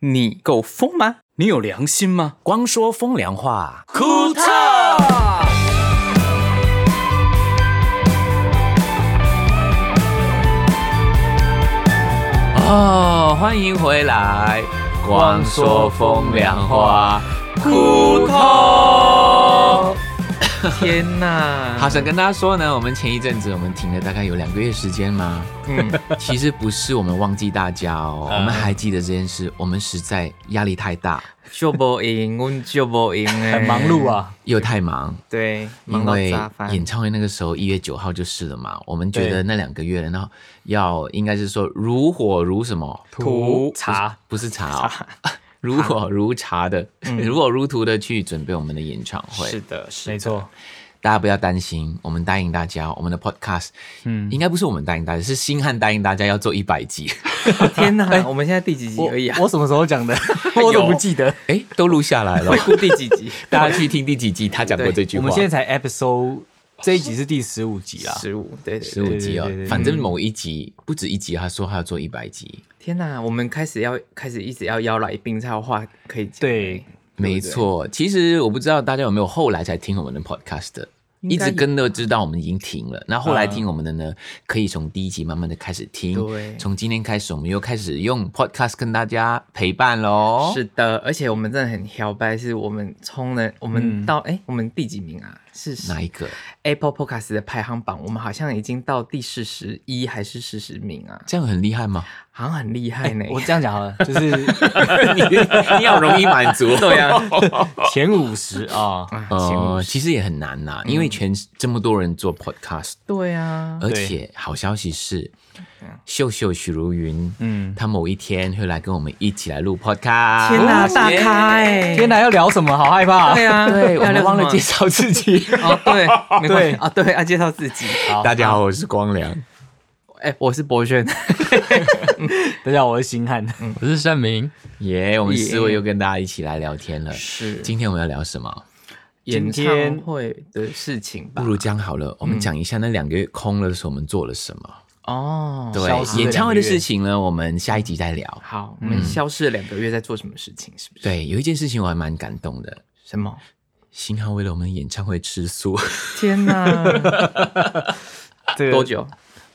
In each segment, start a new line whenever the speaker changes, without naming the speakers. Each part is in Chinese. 你够疯吗？你有良心吗？
光说风凉话，
库特。
哦，欢迎回来。光说风凉话，
库 特。天
好
哪！
想跟大家说呢，我们前一阵子我们停了大概有两个月时间嘛。
嗯，
其实不是我们忘记大家哦，我们还记得这件事，我们实在压力太大，
就不赢，我们就不赢哎，
很忙碌，啊，
又太忙。
对，忙
因
到
为
炸翻。
演唱会那个时候一月九号就是了嘛，我们觉
对
得那两个月
嗯
然后要应该是说如火如什么
图
茶
不是茶、 哦，如火如茶的，如火如荼的去准备我们的演唱会。
嗯是的，是的
没，错，
大家不要担心，我们答应大家，我们的 podcast，嗯，应该不是我们答应大家，是星汉答应大家要做一百集，
天哪！哎我们现在第几集
我
而已啊？
我什么时候讲 的？我都不记得。
哎，都录下来了
回。顾第几集？
大家去听第几集，他讲过这句
我
话。
们现在才 episode 这一集是第十五集啦，啊
十五，对对
十
对。
五集哦
对对对，对
反正某一集不止一集，他说他要做一百集，
天哪！我们开始要开始一直要邀来宾才有话可以讲。哎
对，
没错。其实我不知道大家有没有后来才听我们的 podcast 的，一
应该
直跟的知道我们已经停了。那后来听我们的呢，
嗯
可以从第一集慢慢的开始听。
对
从今天开始，我们又开始用 podcast 跟大家陪伴喽。
是的，而且我们真的很挑白，是我们冲了，我们到哎、我们第几名啊？是
哪一个？
Apple Podcast 的排行榜，我们好像已经到第四十一还是四十名啊，
这样很厉害 吗？
好像很厉害呢。
我这样讲好了，就是
你你好容易满足。
对呀、
啊前五十啊，
啊，
呃，
前
其实也很难呐，因为全这么多人做 podcast，
对啊，
而且好消息是，秀秀许茹芸，嗯，她某一天会来跟我们一起来录 podcast。
天哪，
哦
大
耶
咖哎、
天哪，要聊什么？好害怕
对。啊，
对，我
要聊
们忘了
什么
介绍自己。
哦， 对，没关
对
系啊，对，要介绍自己。
好
大家好，我是光良，
哎、我是博轩，
大家好，我是星汉。
嗯
我是盛明，
耶！我们
耶
四位又跟大家一起来聊天了。
是
今天我们要聊什么？
演
今
唱
天
会的事情吧
不？如这样好了，我们讲一下那两个月空了的时候我们做了什么。
哦，
消失
对，
的
演唱会
两个月
的事情呢，我们下一集再聊。
好，我们消失了两个月，在做什么事情？是不是？
对，有一件事情我还蛮感动的，
什么？
新浩为了我们演唱会吃素，
天哪！
这个
多？久？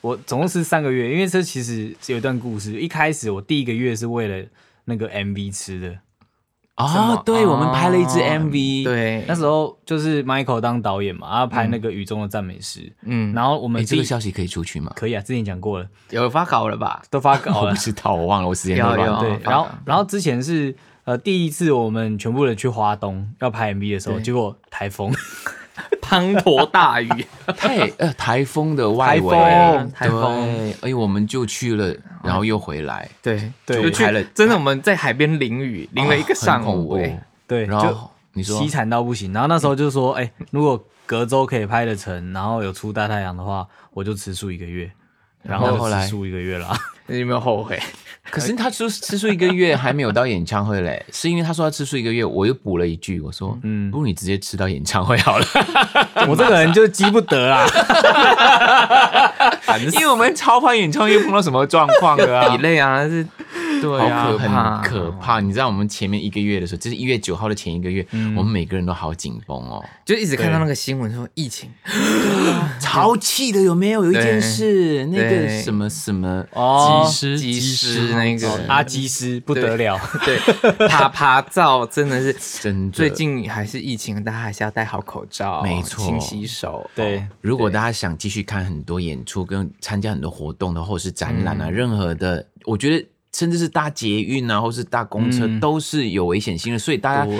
我总共是三个月，因为这其实有一段故事。一开始我第一个月是为了那个 MV 吃的，
哦，对，我们拍了一支 MV，，
对，
那时候就是 Michael 当导演嘛，然后拍那个《雨中的赞美诗》，
嗯，
然后我们
嗯哎，这个
第
消息可以出去 吗？哦
可以啊，之前讲过了，
有发稿了吧？
都发稿
我
了
不。知道，我忘了，我时间都
有
乱
有
了。
对
哦，
然后
发
然后之前是呃第一次我们全部人去华东要拍 MV 的时候，
对
结果台 风，
滂沱大雨，
太呃台风的外围，啊
台
风台风
对，哎，我们就去了，然后又回来，
对
对
就
拍了啊
去真的我们在海边淋雨，
哦
淋了一个上
很恐
午，
怖
哎，
对，
然后
就
你说
凄惨到不行。然后那时候就说，哎、如果隔周可以拍得成，然后有出大太阳的话，我就吃素一个月。然
后
后
后来
吃素一个月 啦，
你有没有后悔？
可是他吃吃素一个月还没有到演唱会 嘞，是因为他说要吃素一个月，我又补了一句，我说，嗯，不如你直接吃到演唱会 好了，
我这个人就积不得啊啦。
因为我们超怕演唱会碰到什么状 况的啊
比。累啊，是，对啊，
好可怕，
很
很可怕！嗯你知道我们前面一个月的时候，就是一月九号的前一个月，我们每个人都好紧绷哦，
就一直看到那个新闻说疫情，
超气的有没有？有一件事，那个
对
什么什么
哦
技师
机
技
师
师
那个
阿基斯不得了，
对，爬爬照真的是。
真的，
最近还是疫情，大家还是要戴好口罩，
没错
勤洗手。哦
对，
如果大家想继续看很多演出跟参加很多活动的，或者是展览啊，
嗯
任何的，我觉得甚至是搭捷运啊，或是搭公车，都是有危险性的。所以大家
嗯对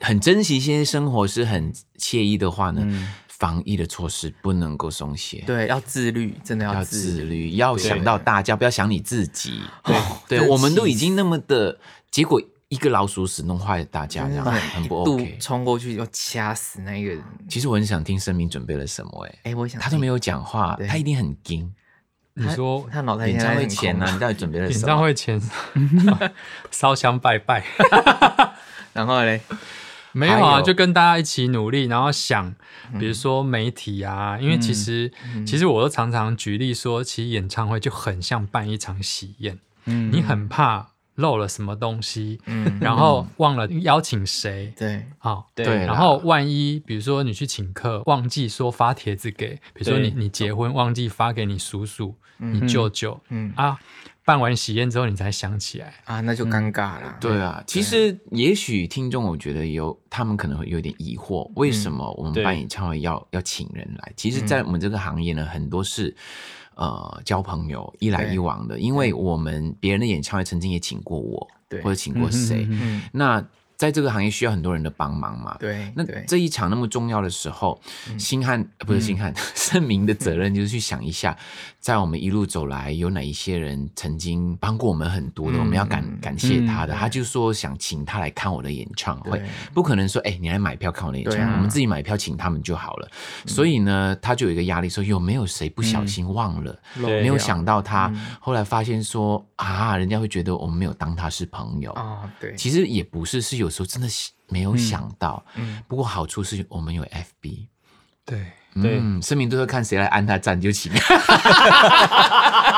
很珍惜现在生活是很惬意的话呢，
嗯
防疫的措施不能够松懈。
对，要自律，真的
要
要自
自
律。
律，要想到大家，不要想你自己。哦对，
真
对，
的
我们都
气
已经那么的，结果一个老鼠屎弄坏了大家，这样啊很不
嗯度
OK。
冲过去要掐死那一个人。
其实我很想听声明准备了什么、欸，
哎，我想
他都没有讲话，
对
他一定很惊。
你说
他脑袋
演唱会前呢、
呢
啊，，你到底准备 了
演
什
唱
么？
会前烧香拜拜
然后嘞，
没有
还
啊？嗯
有
就跟大家一起努力，然后想，比如说媒体啊，因为其实其实我都嗯常常举例说，其实演唱会就很像办一场喜宴，你很怕。漏了什么东西，然后忘了邀请谁，
嗯对，
好。
对
对啦
然后万一比如说你去请客，忘记说发帖子给，比如说你
对
你结婚忘记发给你叔叔、你舅舅，
嗯
啊，办完喜宴之后你才想起来，
啊，那就尴尬啦。
对啊，其实也许听众我觉得有，他们可能会有点疑惑，为什
嗯
么我们
对
办演唱会要要请人来？其实，在我们这个行业呢，很多是呃交朋友一来
对
一往的，因为我们别人的演唱会曾经也请过我，
对
或者请过谁，
嗯，
那在这个行业需要很多人的帮忙嘛，
对，
那
对嗯
这一场那么重要的时候，星汉呃不是星汉， 盛明的责任就是去想一下，在我们一路走来，有哪一些人曾经帮过我们很多的，
嗯
我们要感感谢他的。他就说想请他来看我的演唱会
对，
不可能说哎、你来买票看我的演唱
对
会，
啊嗯
我们自己买票请他们就好了。所以呢，他就有一个压力，说有没有谁不小心忘了，
嗯
漏
对
没有
掉
想到他，
嗯
后来发现说啊，人家会觉得我们没有当他是朋友。
啊，对，
其实也不是，是有时候真的是没有想到。
嗯
不过好处是我们有 FB，
对，
对
嗯，声明都会看谁来按他赞就行。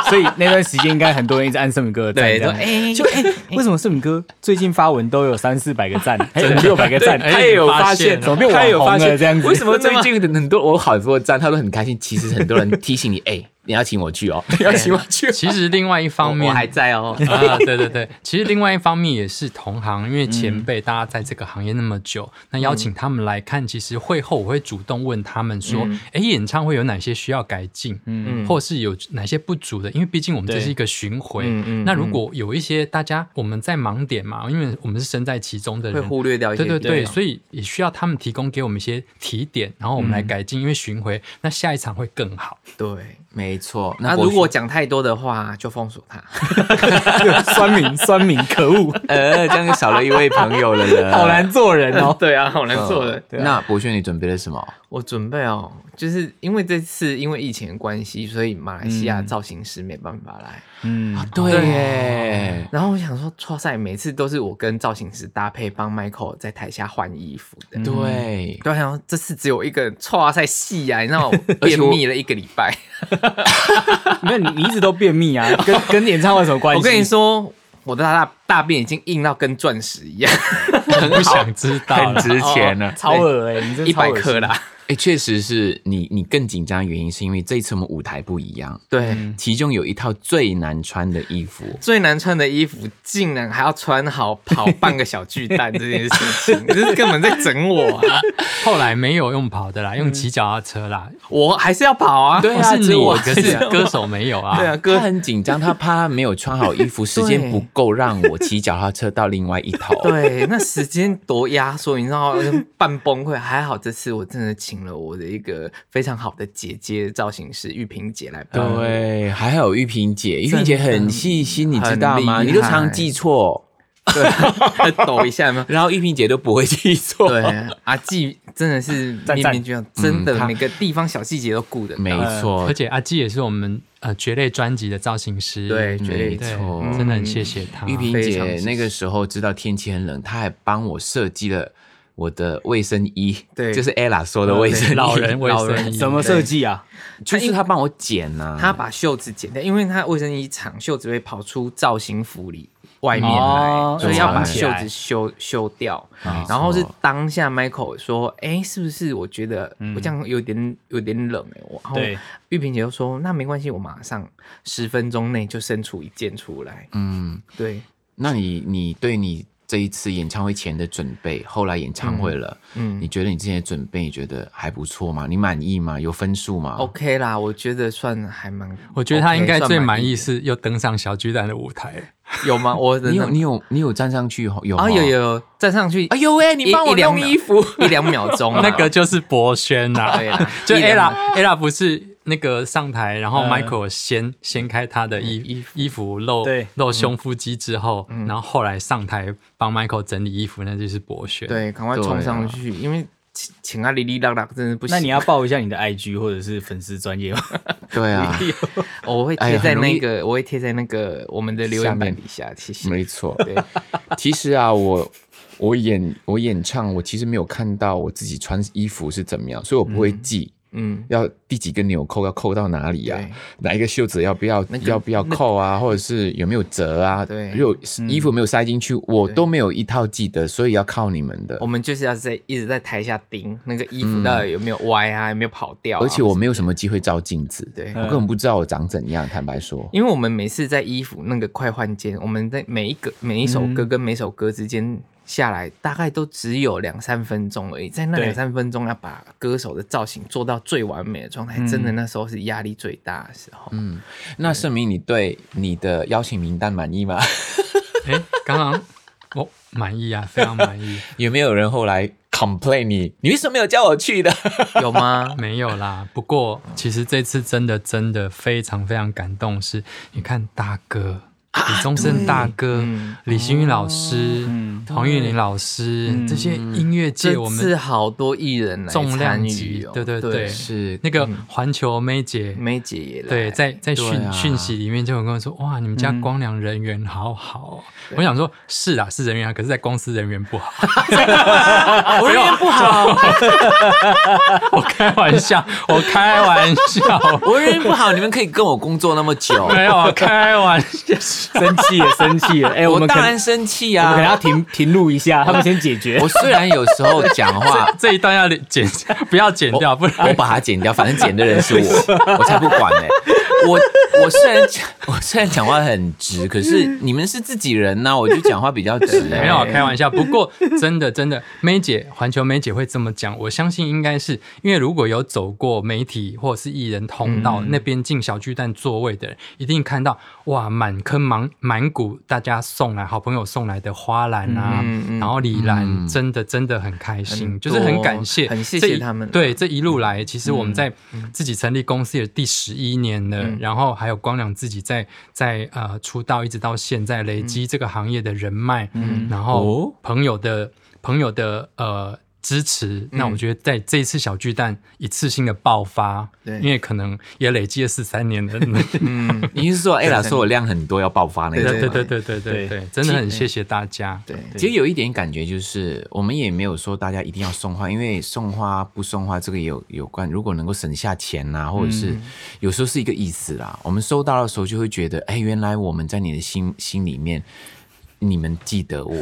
所以那段时间应该很多人一直按盛敏哥的赞，
对，
这
说
样
哎，
就哎、为什么盛敏哥最近发文都有三四百个 赞，还有六百个赞？
哎
他也有发现，
怎
么变网
他也有发
红
现
了这样子
为什么最 近很多我好多赞，他都很开心？其实很多人提醒你，哎，你要请我去哦，你要请我去哦。
其实另外一方面
我还在哦。
啊，对对对，其实另外一方面也是同行，因为前辈大家在这个行业那么久，那邀请他们来看，其实会后我会主动问他们说，哎、演唱会有哪些需要改进，嗯，或是有哪些不足的，因为毕竟我们这
对
是一个巡回，
嗯嗯
那如果有一些大家我们在盲点嘛，因为我们是身在其中的
会
人，
忽略掉一些
对
地
对
方，
对，所以也需要他们提供给我们一些提点，然后我们来改进，因为巡回那下一场会更好。
对。
没错，
那
那
如
如
果
果
讲太多的话，就封锁他。
酸民，酸民，可 恶，
呃，这样就少了一位朋友了呢，
好难做人哦。
对啊，好难
嗯
做的。
那博轩，你准备了什么？
我准备哦，就是因为这次因为疫情的关系，所以马来西亚造型师没办法来。
嗯，
对耶，
然后我想说，超赛每次都是我跟造型师搭配帮 Michael 在台下换衣服的。
嗯对，
对，我想说这次只有一个超赛戏啊，你知道我
而且
便
我
秘了一个礼拜。
没有你，你一直都便秘啊， 跟跟演唱会有什么关系？
我跟你，说，我的大大便已经硬到跟钻石一样，
不想知道
很
了，
值钱呢。
超恶哎、你这
一
超
百
恶心
克啦。
哎，确实是你，你更紧张的原因是因为这一次我们舞台不一样，
对，
其中有一套最难穿的衣服，
最难穿的衣服竟然还要穿好跑半个小巨蛋这件事情，这是根本在整我啊！
后来没有用跑的啦，用骑脚踏车啦。
我还是要跑啊，
对啊
我是
只有
你，
我
可
知
是
道
歌手没有啊。
对啊，哥
他，很紧张，他怕他没有穿好衣 服，时间不够让我骑脚踏车到另外一头。
对，那时间多压缩，你知道半崩溃。还好这次我真的请了我的一个非常好的姐姐造型师玉萍姐来帮我。
对，还好玉萍姐，玉萍姐很细心，你
真的
知道吗？
很厉
你
害
都常记错，
对，抖一下 吗？
然后玉萍姐都不会记错。
对，阿季真的是
赞
面
赞
面俱到，真
嗯
的
他
每个地方小细节都顾的。
没错
呃
而，且阿基也是我们呃蕨类专辑的造型师，
对，绝
没
对
错。嗯
真的很谢谢他。
玉萍
非常
姐那个时候知道天气很冷，她还帮我设计了我的卫生衣，
对
就是 ella 说的卫生 衣，
老人卫
老人
生衣
什么设计啊？
就是她帮我剪啊呐、
他把袖子剪掉，因为他卫生衣长袖子会跑出造型服里外面来，
哦
所以要把
就藏起
袖
来
子修修掉
没。
然后是
错
当下 Michael 说：“哎、是不是我觉得
嗯
我这样有点、有点冷哎、我然后
对
玉萍姐就说：“那没关系，我马上十分钟内就生出一件出来。
嗯，”
对，
那你你对你这一次演唱会前的准备，后来演唱会了，
嗯
你觉得你之前的准备，你觉得还不错吗？你满意吗？有分数吗？
，OK 啦，我觉得算还蛮，
我觉得他应该
OK，
最
算
满
满
意是又登上小巨蛋的舞台，
有吗？我
你有
真的
你有你有站上去吼有
啊
吼
有有有站上去，
哎呦喂，
一，
你帮我
一两
弄
秒
衣服，
一两秒 钟啊、
那个就是博轩啦
对啦，
就
一两
ella ella 不是那个上台，然后
嗯
Michael 掀掀开他的衣衣服露
对
露胸腹肌之后，然后后来上台帮 Michael 整理衣服，那就是博轩。
对，赶快
啊
冲上去，因为请请他哩哩啦啦真的不行。
那你要报一下你的 IG 或者是粉丝专业吗？
对 啊，
哦我会
哎
贴
呀
在
很容易
那个，我会贴在那个我们的留言板底下，谢谢。
没错。
对，
其实啊，我我演我演唱，我其实没有看到我自己穿衣服是怎么样，所以我不会记。
嗯，
要第几个纽扣要扣到哪里啊？
对
哪一个袖子要不要、
那个
要不要扣啊？或者是有没有折啊？
对
如果衣服没有塞进去，我都没有一套记得，所以要靠你们的
我。们就是要在一直在台下盯那个衣服到底有没有歪啊，有没有跑掉啊、
而且我没有什么机会照镜子，
对
我根本不知道我长怎样。坦白说，
因为我们每次在衣服那个快换间，我们在每一个每一首歌跟每首歌之间下来，大概都只有两三分钟而已。在那
对
两三分钟，要把歌手的造型做到最完美的状
嗯
态，真的那时候是压力最大的时候。嗯，
那盛明，你对你的邀请名单满意 吗？
哎，刚刚我满意啊，非常满意。？
有没有人后来 complain 你？你为什么没有叫我去的？
有吗
没有啦，不过其实这次真的真的非常非常感动是，你看大哥李宗盛大哥、
啊嗯
李星云老师、黄韵玲老师、这些音乐界
嗯这
我
次
们
好多艺人来
重量
参
级
与、哦，嗯
对对对
是
那个环球梅姐。
梅姐也来，
对，在在
对
讯、
啊
讯息里面就有跟我说，哇，你们家
嗯
光良人缘好好哦、我想说，是啊，是人缘好，可是在公司人缘不好。
啊
我人缘不好，我开玩笑，我开玩笑，
我人缘不好，你们可以跟我工作那么久，
没有啊开玩笑，，
生气了，生 气了，哎， 我
我
们可
当
能
然生气
我们可能
啊。
要停停录一下，他们先解决
我。虽然有时候讲话
这一段要剪，不要剪掉，不
我
然
把它剪掉，反正剪的人 是我，我才不管呢、我我虽然讲，我虽然讲话很直，可是你们是自己人呐、我就讲话比较直、
嗯
欸
没有啊开玩笑。不过真的真的，梅姐环球梅姐会这么讲，我相信应该是因为如果有走过媒体或者是艺人通道、那边进小巨蛋座位的人，一定看到哇，满坑满满谷大家送来好朋友送来的花篮啊，
嗯嗯
然后李兰、
嗯
真的真的很开心，
很
就是很
多
感谢，
很谢
这
谢
一
他们
对，这一路来，其实我们在自己成立公司也第十一年了，然后还有光良自己在在呃出道一直到现在，累积这个行业的人脉，然后朋友的、朋友的呃。支持，那我觉得在这一次小巨蛋一次性的爆发，
对
因为可能也累积了四三年的，
嗯，
你是说，哎、老师我量很多要爆发那
对
种吗？
对对对对对对，真的很谢谢大家。
对，
其实有一点感觉就是，我们也没有说大家一定要送花，因为送花不送花这个也有有关。如果能够省下钱呐、或者是
嗯
有时候是一个意思啦。我们收到的时候就会觉得，哎，原来我们在你的心心里面，你们记得我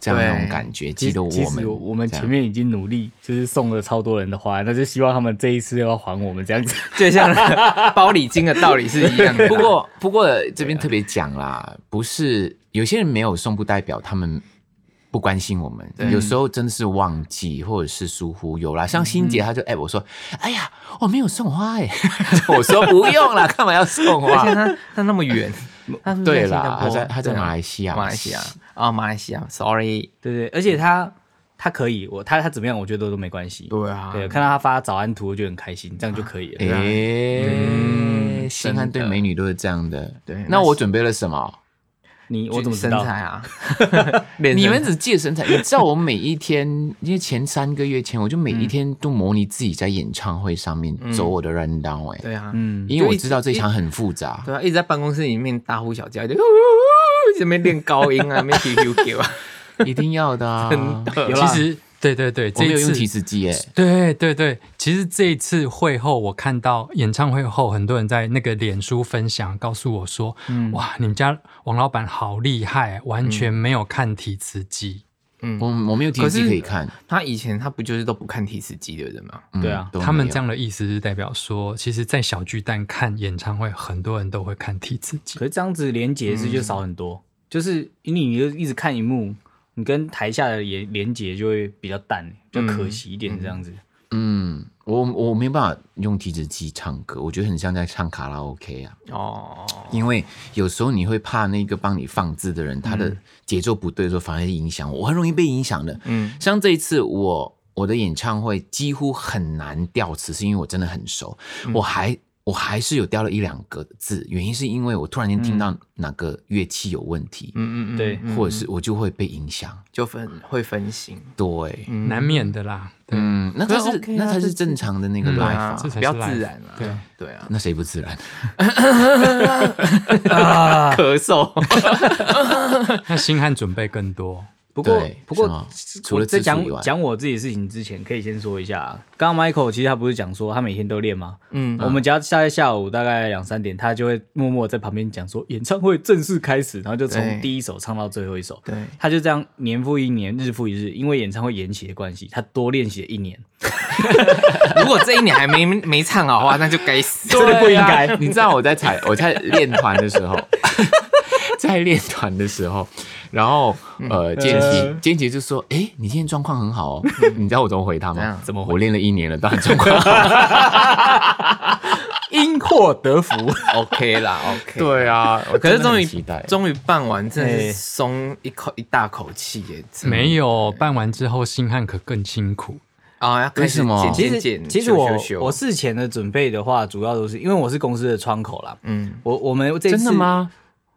这样那种
对
感觉，
其
记得
其
我
实
们。
我们
这样
前面已经努力，就是送了超多人的花，那就希望他们这一次要还我们这样子。
就像 包礼金的道理是一样的。
不过不过这边特别讲啦，不是有些人没有送，不代表他们不关心我们。有时候真的是忘记或者是疏忽，有啦。
嗯
像欣姐，她就哎、我说，哎呀，我没有送花 哎、我说不用啦，干嘛要送
而 且
花？
他他那么远，他是不是
对
在新加
啦，她
坡
在她在
对啊
马来西亚，
马来西亚啊、马来西亚，sorry，
对对，而且他他可以，我他他怎么样，我觉得都没关系。
对啊
对，看到他发早安图，我就很开心，这样就可以
哎、
了。
星汉对美女都是这样的。
啊嗯对
那
那
我准备了什么？
你我怎么知
身
道？
材啊？
你们只记得身材，你知道我每一天，因为前三个月前，我就每一天都模拟自己在演唱会上面走我的 run down 哎、
对啊，
嗯，
因为我知道这一场很复杂。
对啊，一直在办公室里面大呼小叫，就这边练高音啊，没 Q Q 啊，
一定要的、啊。
有
其
啦
实对对对，
我
这
没
一
有用
次
提词机哎、
对对对，其实这一次会后，我看到演唱会后，很多人在那个脸书分享，告诉我说：“
嗯
哇，你们家王老板好厉害，完全没有看提词机。
我我没有提词机
可是
可以看。
他以前他不就是都不看提示机的人吗？
嗯
对啊
都没有
他们这样的意思是代表说，其实，在小巨蛋看演唱会，很多人都会看提词机
可。是这样子连接是就少很多，
嗯
就是因为你就一直看荧幕，你跟台下的连连接就会比较淡，比较可惜一点这样子。
嗯，我我没有办法用提词机唱歌，我觉得很像在唱卡拉 OK 啊。
哦，
因为有时候你会怕那个帮你放字的人，他的节奏不对的时候，反而影响我，我很容易被影响的。
嗯
像这一次我我的演唱会几乎很难调词，是因为我真的很熟，我还我还是有调了一两个字，原因是因为我突然间听到哪个乐器有问题，
嗯嗯嗯，
对
嗯
或者是我就会被影响。
就分会分心，
对，
嗯
难免的啦， 对，
嗯，那这
那
是
OK 啊
那才
这
是
是
正常的那个
嗯
life
对
啊
啊，
这才是
比较
life
自然啊，
对
对啊，
那谁不自然？
咳嗽，
那星汉准备更多，
不过
对
不过
是吗
我
除了
在
自主
讲
以外
讲我自己的事情之前，可以先说一下，啊刚刚 Michael 其实他不是讲说他每天都练吗？
嗯，
我们只要下在下午大概两三点，他就会默默在旁边讲说演唱会正式开始，然后就
对
从第一首唱到最后一首。
对，
他就这样年复一年，日复一日，因为演唱会延期的关系，他多练习了一年。
如果这一年还没没唱好的话，那就该 死。
真的不应该
对啊你知道我在采我在练团的 时候，在练团的时候，然后呃，建奇
呃
建奇就说：“哎，你今天状况很好哦。”你知道我怎么回他
怎样
吗？怎么？我练了一年了，当然状况好。
因祸得福，
啊 OK 啦，OK。，
对啊，我
可
真
是
的
终
很
于
期待。
终于办完，真的
哎
是松一口一大口气耶！
嗯
真的
没有办完之后，星汉可更辛苦。
啊，要开始
为什么
剪
其
剪
实
剪，
其实
修
我
修修
我事前的准备的话，主要都是因为我是公司的窗口啦。
嗯，
我我们这次
真的？吗？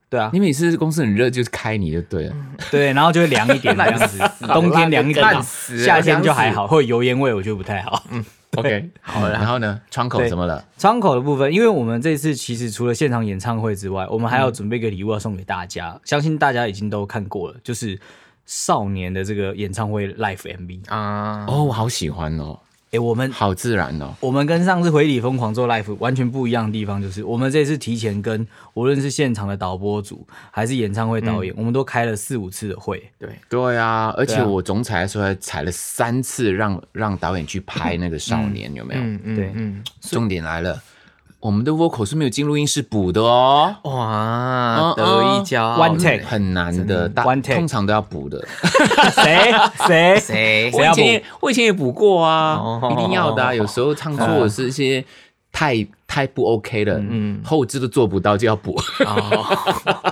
对啊
你，每次公司很热，就是开你就对了。
对，然后就会凉一点这 样子，冬天凉一点
烂，死了嗯
夏天就还好，或者油烟味我觉得不太好。
OK，好，然后呢？窗口
对
怎么了？
窗口的部分，因为我们这次其实除了现场演唱会之外，我们还
嗯
要准备一个礼物要送给大家，相信大家已经都看过了，就是少年的这个演唱会 live MV。
啊，
哦，我好喜欢哦，
哎、我们
好自然哦。
我们跟上次回礼疯狂做 live 完全不一样的地方，就是我们这次提前跟无论是现场的导播组还是演唱会导演，我们都开了四五次的会。
对，
对啊，而且
对啊
我总裁说踩了三次让，让导演去拍那个少年，有没有？
嗯嗯
对
嗯，
重点来了，我们的 vocal 是没有进录音室补的哦，
哇，
嗯
得
嗯
意骄傲
One take
很难的，大
One take
通常都要补的。
谁谁
谁？
谁要补
我以前也我以前也补过啊，
哦
一定要的、啊。有时候唱错是一些太太不 OK 的，嗯，后置都做不到就要补。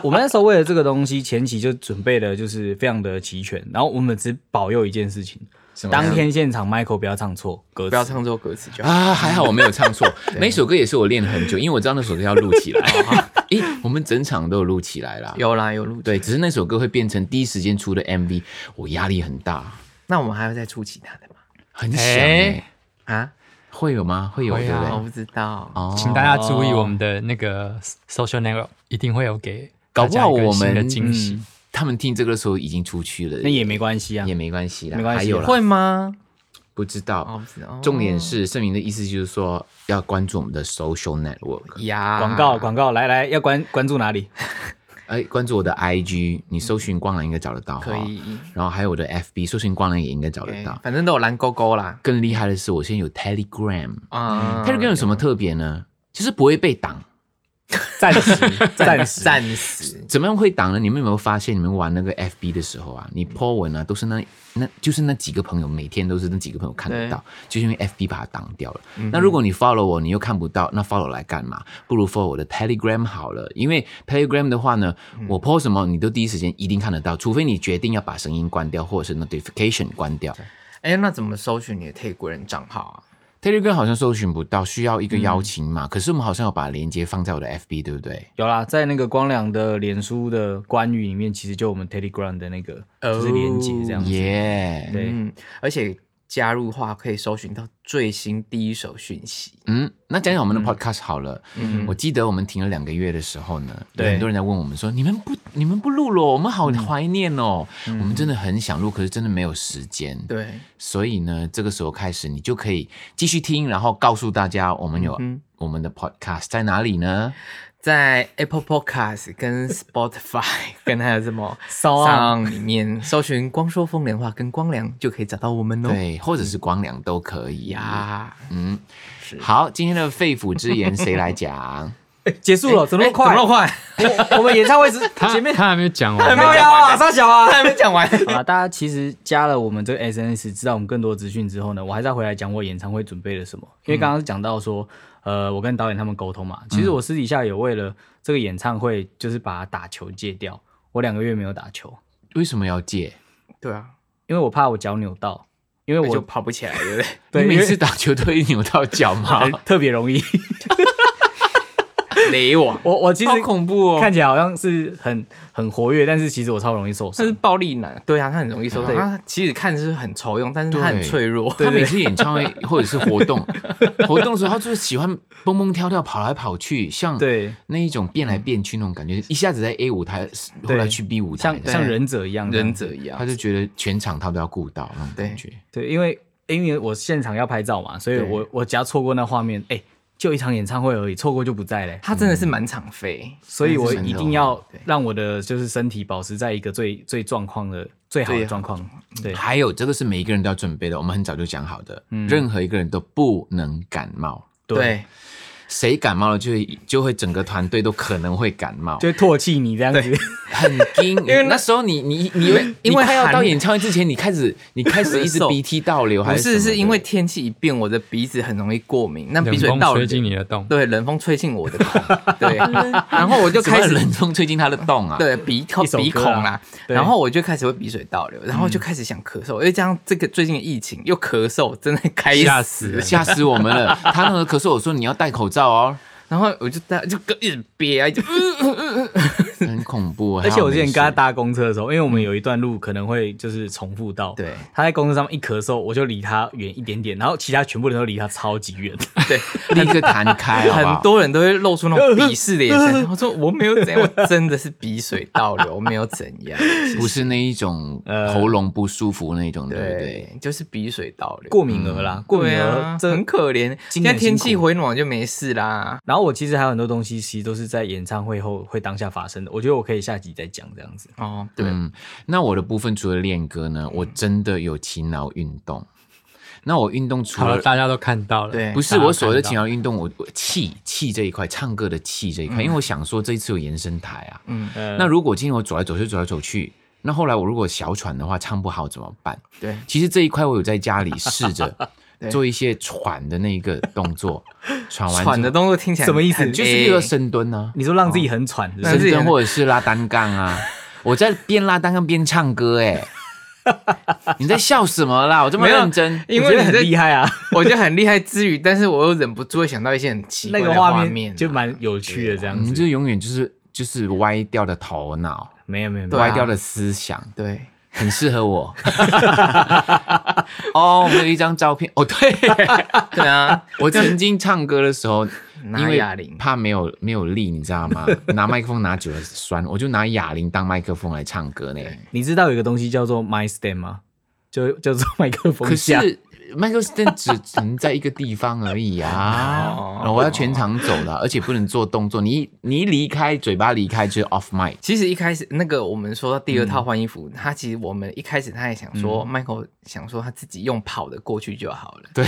我们那时候为了这个东西，前期就准备的就是非常的齐全，然后我们只保佑一件事情，当天现场 Michael 不要唱错歌词，
不要唱错歌词就好。
啊，还好我没有唱 错，每首歌也是我练了很久，因为我知道那首歌要录起来。
哦
诶，我们整场都有录起来啦。
有啦，有录。
对，只是那首歌会变成第一时间出的 MV，我压力很大，
那我们还要再出其他的吗？
很想、
诶
欸。
啊，
会有吗？会有
会
对
啊
不对
我？不知道。
哦
请大家注意我们的那个 social network，一定会有给
搞
大
不
家
好
一个
我
新的
们
惊喜。
嗯他们听这个时候已经出去了，
那也没关系啊
也。没关系啦，
没关系
还有啦
会吗？
不知
哦，
道
不。知道。
重点是盛明的意思就是说要关注我们的 social network，
呀，
广告广告，来来，要关关注哪里？
哎，关注我的 IG，你搜寻光良应该找得到哈
可以。哎
然后还有我的 FB，搜寻光良也应该找得到
OK，。反正都有蓝勾勾啦。
更厉害的是，我现在有 Telegram，Telegram
嗯
啊，
有什么特别呢？就是不会被挡。
暂时暂时，
暂时
怎么样会挡呢？你们有没有发现，你们玩那个 FB 的时候啊，你 po 文啊，都是那那就是那几个朋友，每天都是那几个朋友看得到，就是因为 FB 把它挡掉了。那如果你 follow 我，你又看不到，那 follow 来干嘛？不如 follow 我的 Telegram 好了，因为 Telegram 的话呢，我 po 什么你都第一时间一定看得到，除非你决定要把声音关掉，或者是 notification 关掉。
哎，那怎么搜寻你的泰国人账号啊？
Telegram 好像搜寻不到，需要一个邀请码，可是我们好像有把链接放在我的 FB，对不对？
有啦，在那个光良的脸书的关于里面，其实就我们 Telegram 的那个就是连接这样子。
耶、
嗯对
嗯，而且加入的话可以搜寻到最新第一手讯息。
嗯，那讲讲我们的 podcast 好了。
嗯
嗯
我记得我们停了两个月的时候呢，有
对
很多人在问我们说：“你们不，你们不录了，我们好怀念哦。我们真的很想录，可是真的没有时间。
嗯对，
所以呢，这个时候开始，你就可以继续听，然后告诉大家我们有、
嗯
我们的 podcast 在哪里呢？
在 Apple Podcast、跟 Spotify、跟还有什么
Sound
里面搜寻“光说风凉话”跟“光良”就可以找到我们哦。
对，或者是光良都可以呀。
呀，
嗯，
是
好，今天的肺腑之言谁来讲？
结束哦了，怎么那么
哎
快？
怎么那么快？
我我们演唱会是
他
前面
他还没有讲
还
完
没，
没有啊，沙小啊。
还没讲完。
好了，大家其实加了我们这个 SNS，知道我们更多资讯之后呢，我还是要回来讲我演唱会准备了什么。因为刚刚是讲到说，呃，我跟导演他们沟通嘛，其实我私底下有为了这个演唱会，就是把打球戒掉，我两个月没有打球，
为什么要戒？
对啊，
因为我怕我脚扭到，因为
我
我
就跑不起来，对不对？
对
你
哎因
每
为
次打球都会扭到脚吗？
特别容易。
雷我，
我我其实
好恐怖哦
看起来好像是很很活跃，但是其实我超容易受
他
伤
是。暴力男，对啊，他很容易受伤。
对
他其实看似很愁用，但是他很
对
脆弱。
他每次演唱会或者是活 动，活动的时候，他就是喜欢蹦蹦跳跳、跑来跑去，像
对，
那一种变来变去那种感觉，一下子在 A 舞台，后来去 B 舞台
像
的，
像忍者一样这样
忍者一样
他，就觉得全场他都要顾到那种感觉。
对，因为因为我现场要拍照嘛，所以
对
我我只要错过那画面，哎、就一场演唱会而已，错过就不在嘞。
他真的是满场飞，
所以我
真的
一
是很
定
肉
要
对
让我的就是身体保持在一个最最状况的最好的
最好
状况。对，
还有这个是每一个人都要准备的，我们很早就讲好的，
嗯
任何一个人都不能感冒，
对
对，
谁感冒了就会就会整个团队都可能会感冒，
就唾弃你这样子。
很惊。因为那时候你你你你
因为
快要
寒
到演唱会之前，你开始你开始一直
咳嗽
鼻涕倒流，还
不
是
是
什么
是
的
因为天气一变，我的鼻子很容易过敏，那鼻
冷
水
风
倒
吹
流，
进你的洞，
对，冷风吹进我的孔，对，然后我就
就开
开
始
始
冷风吹进他的洞啊，，
对鼻孔
一首歌啊
鼻孔啦，
对
然后我就开始会鼻水倒流，然后就开始想咳嗽，因为加上这个最近的疫情又咳嗽，真的开
吓
死
死
了
人
吓死我们了。他那个咳嗽，我说你要戴口罩哦，
然后我就在就一直 憋啊，就
很恐怖。
而且我之前跟他
搭，
搭公车的时候，因为我们有一段路可能会就是重复到，
嗯对
他在公车上面一咳嗽，我就离他远一点点，然后其他全部人都离他超级远。
对，
立刻弹开，好不好
很多人都会露出那 种鄙视的眼神，然后说我没有怎样，我真的是鼻水倒流，我没有怎样，
不是那一种喉咙不舒服那种，对不对？
对，就是鼻水倒流，
过敏儿啦，过敏
对
儿、
啊，
这
很可怜。
今
现
年
在
辛
天气
苦
回暖就没事啦。
然后我其实还有很多东西，其实都是在演唱会后会当下发生的。我觉得我可以下集再讲这样子。
哦，对，
嗯，那我的部分除了练歌呢，我真的有勤劳运动。那我运动除
好了，
了
大家都看到了，
对
不是
大家
我所谓的
看到
勤劳运动，我我气气这一块，唱歌的气这一块，因为我想说这一次有延伸台啊。
嗯，
呃
那如果今天我走来走去走来走去，那后来我如果小喘的话，唱不好怎么办？
对，
其实这一块我有在家里试着
对
做一些喘的那个动作， 喘完之后
喘的动作听起来
什么意思
很哎
就是
A
例如深蹲啊，
你说让
哦
自己很喘，是不
那
是
深
自己
蹲或者是拉单杠 啊，我在边拉单杠边唱歌哎、你在笑什么啦？我这么
没有
认真，
因
我觉
为
得
你
很
在
厉害啊，
我觉得很厉害之余，但是我又忍不住会想到一些很奇怪
那个
的
画
面
面
啊，
就蛮有趣的这样
嗯
你
子。
就永远就是就是歪掉的头脑，
没有没有没
对
有，
啊
歪掉的思想，
对，
很适合 我。哦，我们有一张照片。哦， 对，
对啊，
我曾经唱歌的时候，因
拿
为
哑铃，
怕没有没有力，你知道吗？ 拿麦克风拿久了酸，我就拿哑铃当麦克风来唱歌呢。
你知道有一个东西叫做 My Stand 吗？就叫做麦克风
可
架。
是麦克斯顿只只能在一个地方而已啊！
哦
然后我要全场走了，而且不能做动作。你一你一离开，嘴巴离开就是 off mic。
其实一开始那个我们说到第二套换衣服，他其实我们一开始他也想说、m i c h a e l 想说他自己用跑的过去就好了，
对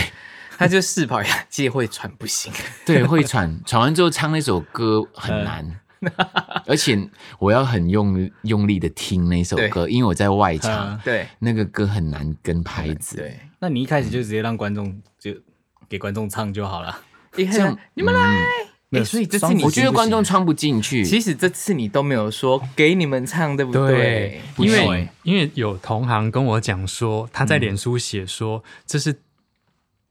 他就试跑一下，其实会喘不行，
对，会 喘，喘完之后唱那首歌很难，而且我要很用用力的听那首歌，因为我在外场
嗯，
对
那个歌很难跟拍子。
对，
那你一开始就直接让观众就给观众唱就好 了。
一开
这
始
样
你们来，
没
哎
有
所以这次
双
你
我觉得观众
其实
穿不进去。
其实这次你都没有说给你们唱，对不
对，因
不
为
行
因为有同行跟我讲说，他在脸书写说，这是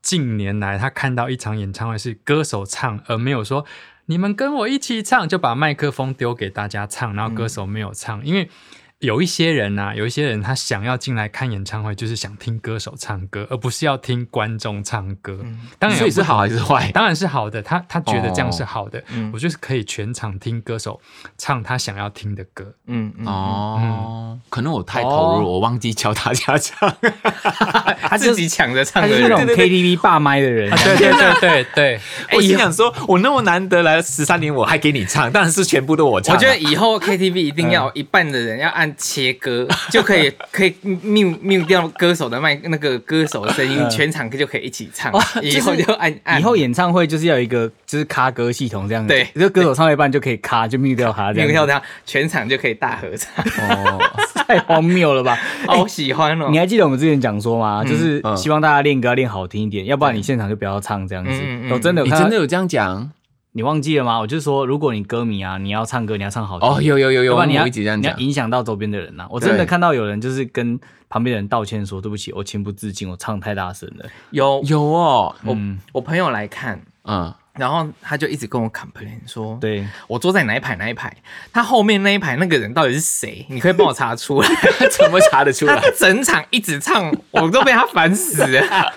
近年来他看到一场演唱会是歌手唱，而没有说你们跟我一起唱，就把麦克风丢给大家唱，然后歌手没有唱，因为。有一些人呐、有一些人他想要进来看演唱会，就是想听歌手唱歌，而不是要听观众唱歌。当然有
所以是
不同
好还是坏？
当然是好的，他他觉得这样是
哦
好的，
嗯
我就是可以全场听歌手唱他想要听的歌。
嗯嗯，
哦，可能我太投入，
哦
我忘记教大家唱。
哎
他自己抢着唱
他
的
是
人
那种 KTV 霸麦的人，
对对对对对，
我心想说，我那么难得来十三年，我还给你唱，当然是全部都我唱
我
啊。
觉得以后 KTV 一定要有一半的人要按切歌，
嗯
就可以可以 mute mute 掉歌手的麦，那个歌手的声
嗯
音，全场就可以一起唱。以后就按按，
哦以后演唱会就是要有一个就是卡歌系统这样子，
对
就歌手唱到一半就可以卡就 mute 掉他这
mute
样
掉
子，哦
他，全场就可以大合唱。
太荒谬了吧？
好喜欢哦
哎你！还记得我们之前讲说吗？就是
嗯
希望大家练歌要练好听一点，要不然你现场就不要唱这样子
嗯嗯。嗯
我真的有
你
看到，
真的有这样讲？
你忘记了吗？我就说，如果你歌迷啊，你要唱歌，你要唱好听
哦，有有有有，
要不然你
我
要
一直这样
你要
讲。
影响到周边的人呐、我真的
对
看到有人就是跟旁边的人道歉说：“对不起，我情不自禁，我唱太大声了。
有
有哦，
嗯
我我朋友来看，
嗯，
然后他就一直跟我 complain 说，
对，
我坐在哪一排哪一排，他后面那一排那个人到底是谁？你可以帮我查 出来。
怎么查得出
他
来？
整场一直唱，我都被他烦死了。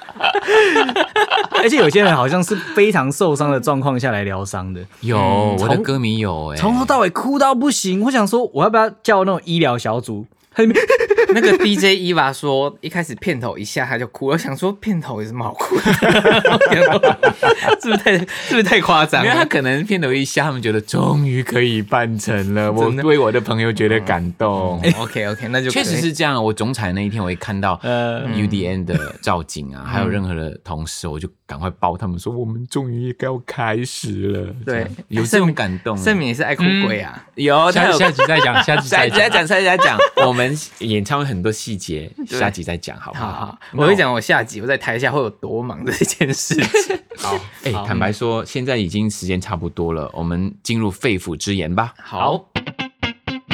而且有些人好像是非常受伤的状况下来疗伤的，
有，我的
嗯从
歌迷有哎、
从头到尾哭到不行。我想说，我要不要叫那种医疗小组？ 他那边
那个 DJ 伊娃说，一开始片头一下他就哭，我想说片头有什么好哭的？我想 说是不是太是不是太夸张
因为他
了？
可能片头一下，他们觉得终于可以办成了，我
真的
为我的朋友觉得感
哎
动。
OK OK，那就
确
可
实
以
是这样，我总裁那一天我一看到
呃
UDN 的照景啊，还有任何的同事，我就赶快抱他们说，我们终于要开始了。
对
这样有这种感动。
盛敏也是爱哭鬼啊。
有，他
下
有
下集再哦 讲，下集
下
再
一 集再
讲。
讲，下一集再 讲。我们演唱会很多细节，
对
下集再讲，好不嗯
好
好？
好，我会讲我下集我在台下会有多忙这件事情。好，
哎、坦白说，现在已经时间差不多了，我们进入肺腑之言吧。
好，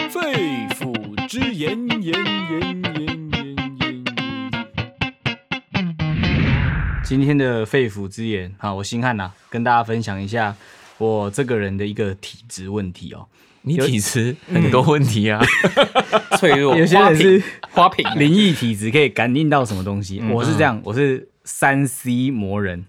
肺腑之言，言言言言言言。
今天的肺腑之言，好，我星汉呐、跟大家分享一下我这个人的一个体质问题哦。
你体质很多问题啊，
脆弱，
有些
花
人是
瓶，花瓶，
灵异体质可以感应到什么东西？我是这样，我是三 C 魔人。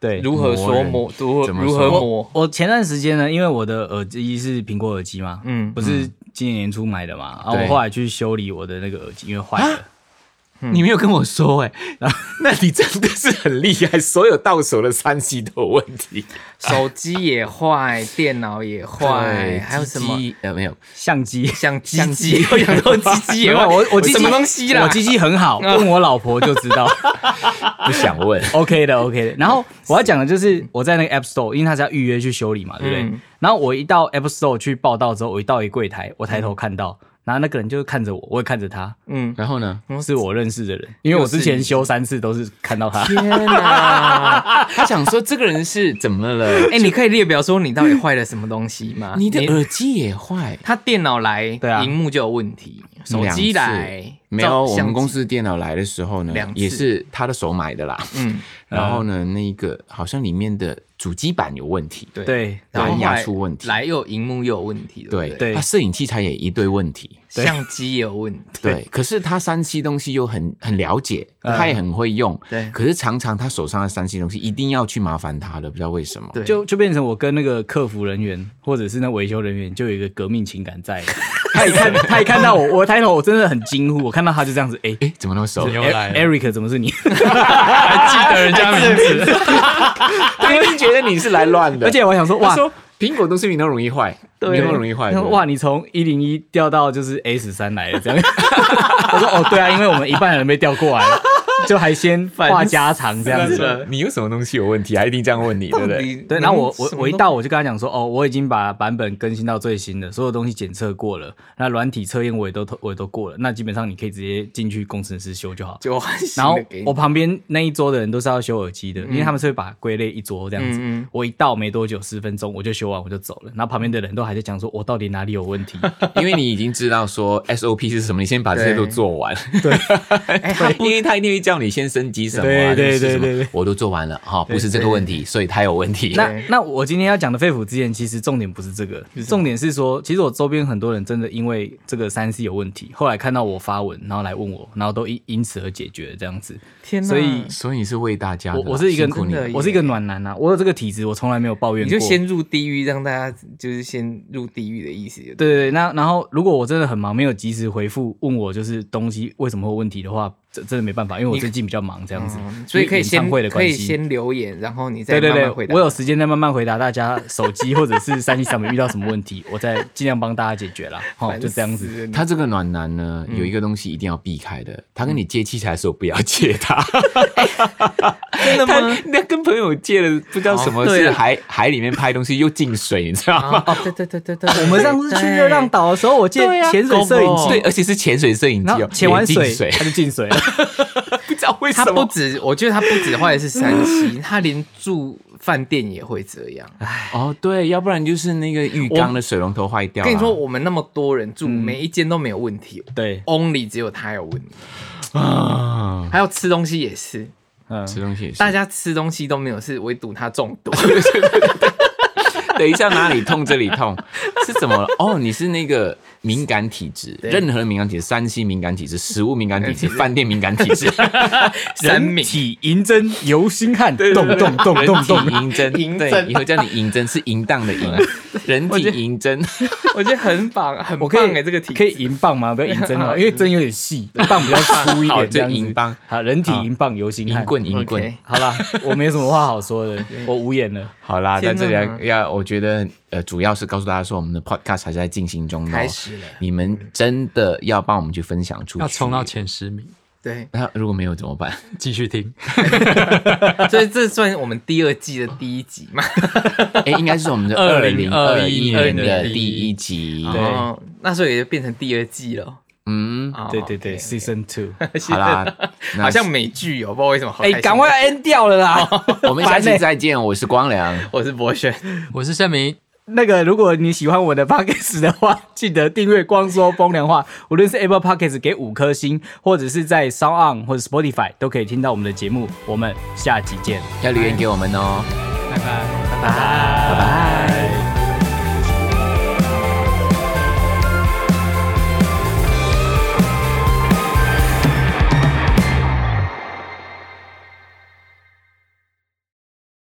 对，
如何说磨，如何
怎么
如
说
何磨？
我前段时间呢，因为我的耳机是苹果耳机嘛，
嗯
嗯，不是今年年初买的嘛，然后
对
我后来去修理我的那个耳机，因为坏了。
你没有跟我说哎、那你真的是很厉害，所有到手的三 C 都有问题。
手机也坏， 电脑也坏，还有什么？
鸡鸡？呃，没有，
相机，
像鸡鸡，我想说鸡鸡也
没
坏，
有我我机器
什么东西啦？
我机器很好，问我老婆就知道。
不想问。
OK 的，OK 的。然后我要讲的就是我在那个 App Store，因为它是要预约去修理嘛，对不对？
嗯
然后我一到 App Store 去报到之后，我一到一柜台，我抬头看到，然后那个人就是看着我，我也看着他，
嗯，
然后呢？
是我认识的人，因为我之前修三次都是看到他。
天哪！他想说这个人是怎么了？
哎，你可以列表说你到底坏了什么东西 吗？
你的耳机也坏。
他电脑来，
对啊
荧幕就有问题，手机
两
来
次，没有，我
相
们
机
公司电脑来的时候呢
两，次
也是他的手买的 啦。
嗯，
然后呢，那个好像里面的主机板有问题，
对
对，
然后
蓝牙
后来
出问题
来又有荧幕又有问题，
对
不
对
他摄影器材也一堆问题，
相机也有问题，
对。嗯可是他三 C 东西又很很了解，他也很会用，
对
可是常常他手上的三 C 东西一定要去麻烦他的，不知道为什么。
对，
就就变成我跟那个客服人员或者是那维修人员就有一个革命情感 在。他一看，他一看到我，我抬头，我真的很惊呼，我看到他就这样子，哎、
哎，怎么那么熟？
又来了，
Eric 怎么 是你？
还记得人家名字，
他一定觉 得 你是来乱的，
而且我想说，
他
哇，
说苹果东西比那容易坏，比那容易坏
他
的。
说哇，你从一零一调到就是 S 三来了，这样。 我说哦，对啊，因为我们一半人被调过来了，就还先话家常这样
真
子。
的，你有什么东西有问题？他啊一定这样问你，对不对？
对，然后我我我一到我就跟他讲说，哦，我已经把版本更新到最新的，所有东西检测过了，那软体测验我也都我也都过了，那基本上你可以直接进去工程师修就好。
就换新
然后
的给你嗯
我旁边那一桌的人都是要修耳机的，因为他们是会把它归类一桌这样子。
嗯嗯
我一到没多久，十分钟我就修完我就走了，然后旁边的人都还在讲说，我到底哪里有问题？
因为你已经知道说 SOP 是什么，你先把这些都做完。对， 哎因为他一定会叫你先升级什么
对
啊，
对
就是什么
对对对
我都做完了哈，不是这个问题，所以他有问题。
那那我今天要讲的肺腑之言，其实重点不是这个，重点是说，其实我周边很多人真的因为这个三 C 有问题，后来看到我发文，然后来问我，然后都因因此而解决这样子。
天哪，
所以
所以你是为大家的
我
啦，
我是一个
辛苦你
真的耶
我是一个暖男啊，我有这个体质，我从来没有抱怨
你
过。
就先入地狱，让大家就是先入地狱的意思。
对对对，那然后如果我真的很忙，没有及时回复问我就是东西为什么会有问题的话，这真的没办法，因为我最近比较忙这样子，
嗯，所以可
因为
以
演
先
唱会的
可
关
以
系。
先留言，然后你再
对对
慢
对
慢回，答。
我有时间再慢慢回答大家手机或者是三 C 上面遇到什么问题，我再尽量帮大家解决 啦。好，
烦
就这样子。
死了
他这个暖男呢，有一个东西一定要避开的，他跟你借器材的时候不要借他，
真的
他
吗？
那跟朋友借了不知道什么
哦对
是
啊
海海里面拍东西又进水，你知道吗？
哦，哦对对对对对，我
我们上次去热浪岛的时候，我借
啊
潜水摄影
对，
机，
而且是潜水摄影机
然后
哦，
潜完
也
水
进水，
它就进水了。
不知道为
他
什
不
么
止，我觉得他不止坏的是三 七，他连住饭店也会这样。
哦，对，要不然就是那个浴缸的水龙头坏掉。啊
跟你说，，我们那么多人住，每一间都没有问题
对，
，only 只有他有问题。
啊，
还有吃东西也是，
嗯，
吃东西也是。
大家吃东西都没有事，唯独他中毒。
等一下哪里痛这里痛 是怎么了？哦，你是那个敏感体质，
对
任何敏感体质，三 C 敏感体质，食物敏感体质，饭店敏感体 质，
神明
体银针游心汉，动动动动
人
动
体，银针，
银
对，
针
以后叫你银针是淫荡的淫，人体银针，
我觉得很棒，很
我
棒
可以
哎，这个体
可以银棒吗？不要银针 哦，因为针有点细，棒比较粗一
好
点，
就
这样子
银棒
好，人体银棒游心
银
汉。
棍银棍
OK。
好啦，我没有什么话好说 的，我无言了。
好啦，在
天
这里要
哪
要，我觉得呃，主要是告诉大家说，我们的 podcast 还在进行中的、
开
哦，
始了，
你们真的要帮我们去分享出去，
要冲到。前十名，
对，
那如果没有怎么办？
继续听。
所以这算我们第二季的第一集嘛？
哎、应该是我们的二零二
2021
一年的第
第
一集。
对
哦，那时候也就变成第二季了。
嗯，
哦
对对对
OK，OK
，Season Two，
好 啦，那
好像美剧哦，不知道为什么。好开
哎，
心
赶快，end 掉了啦。
我们下期再见。我是光良，
我是博轩，
我是盛明，
那个，如果你喜欢我的 podcast 的话，记得订阅“光说风凉话”，无论是 Apple Podcast 给五颗星，或者是在 Sound On 或者 Spotify 都可以听到我们的节目。我们下集见，
要留言给我们哦。
拜拜。
拜拜。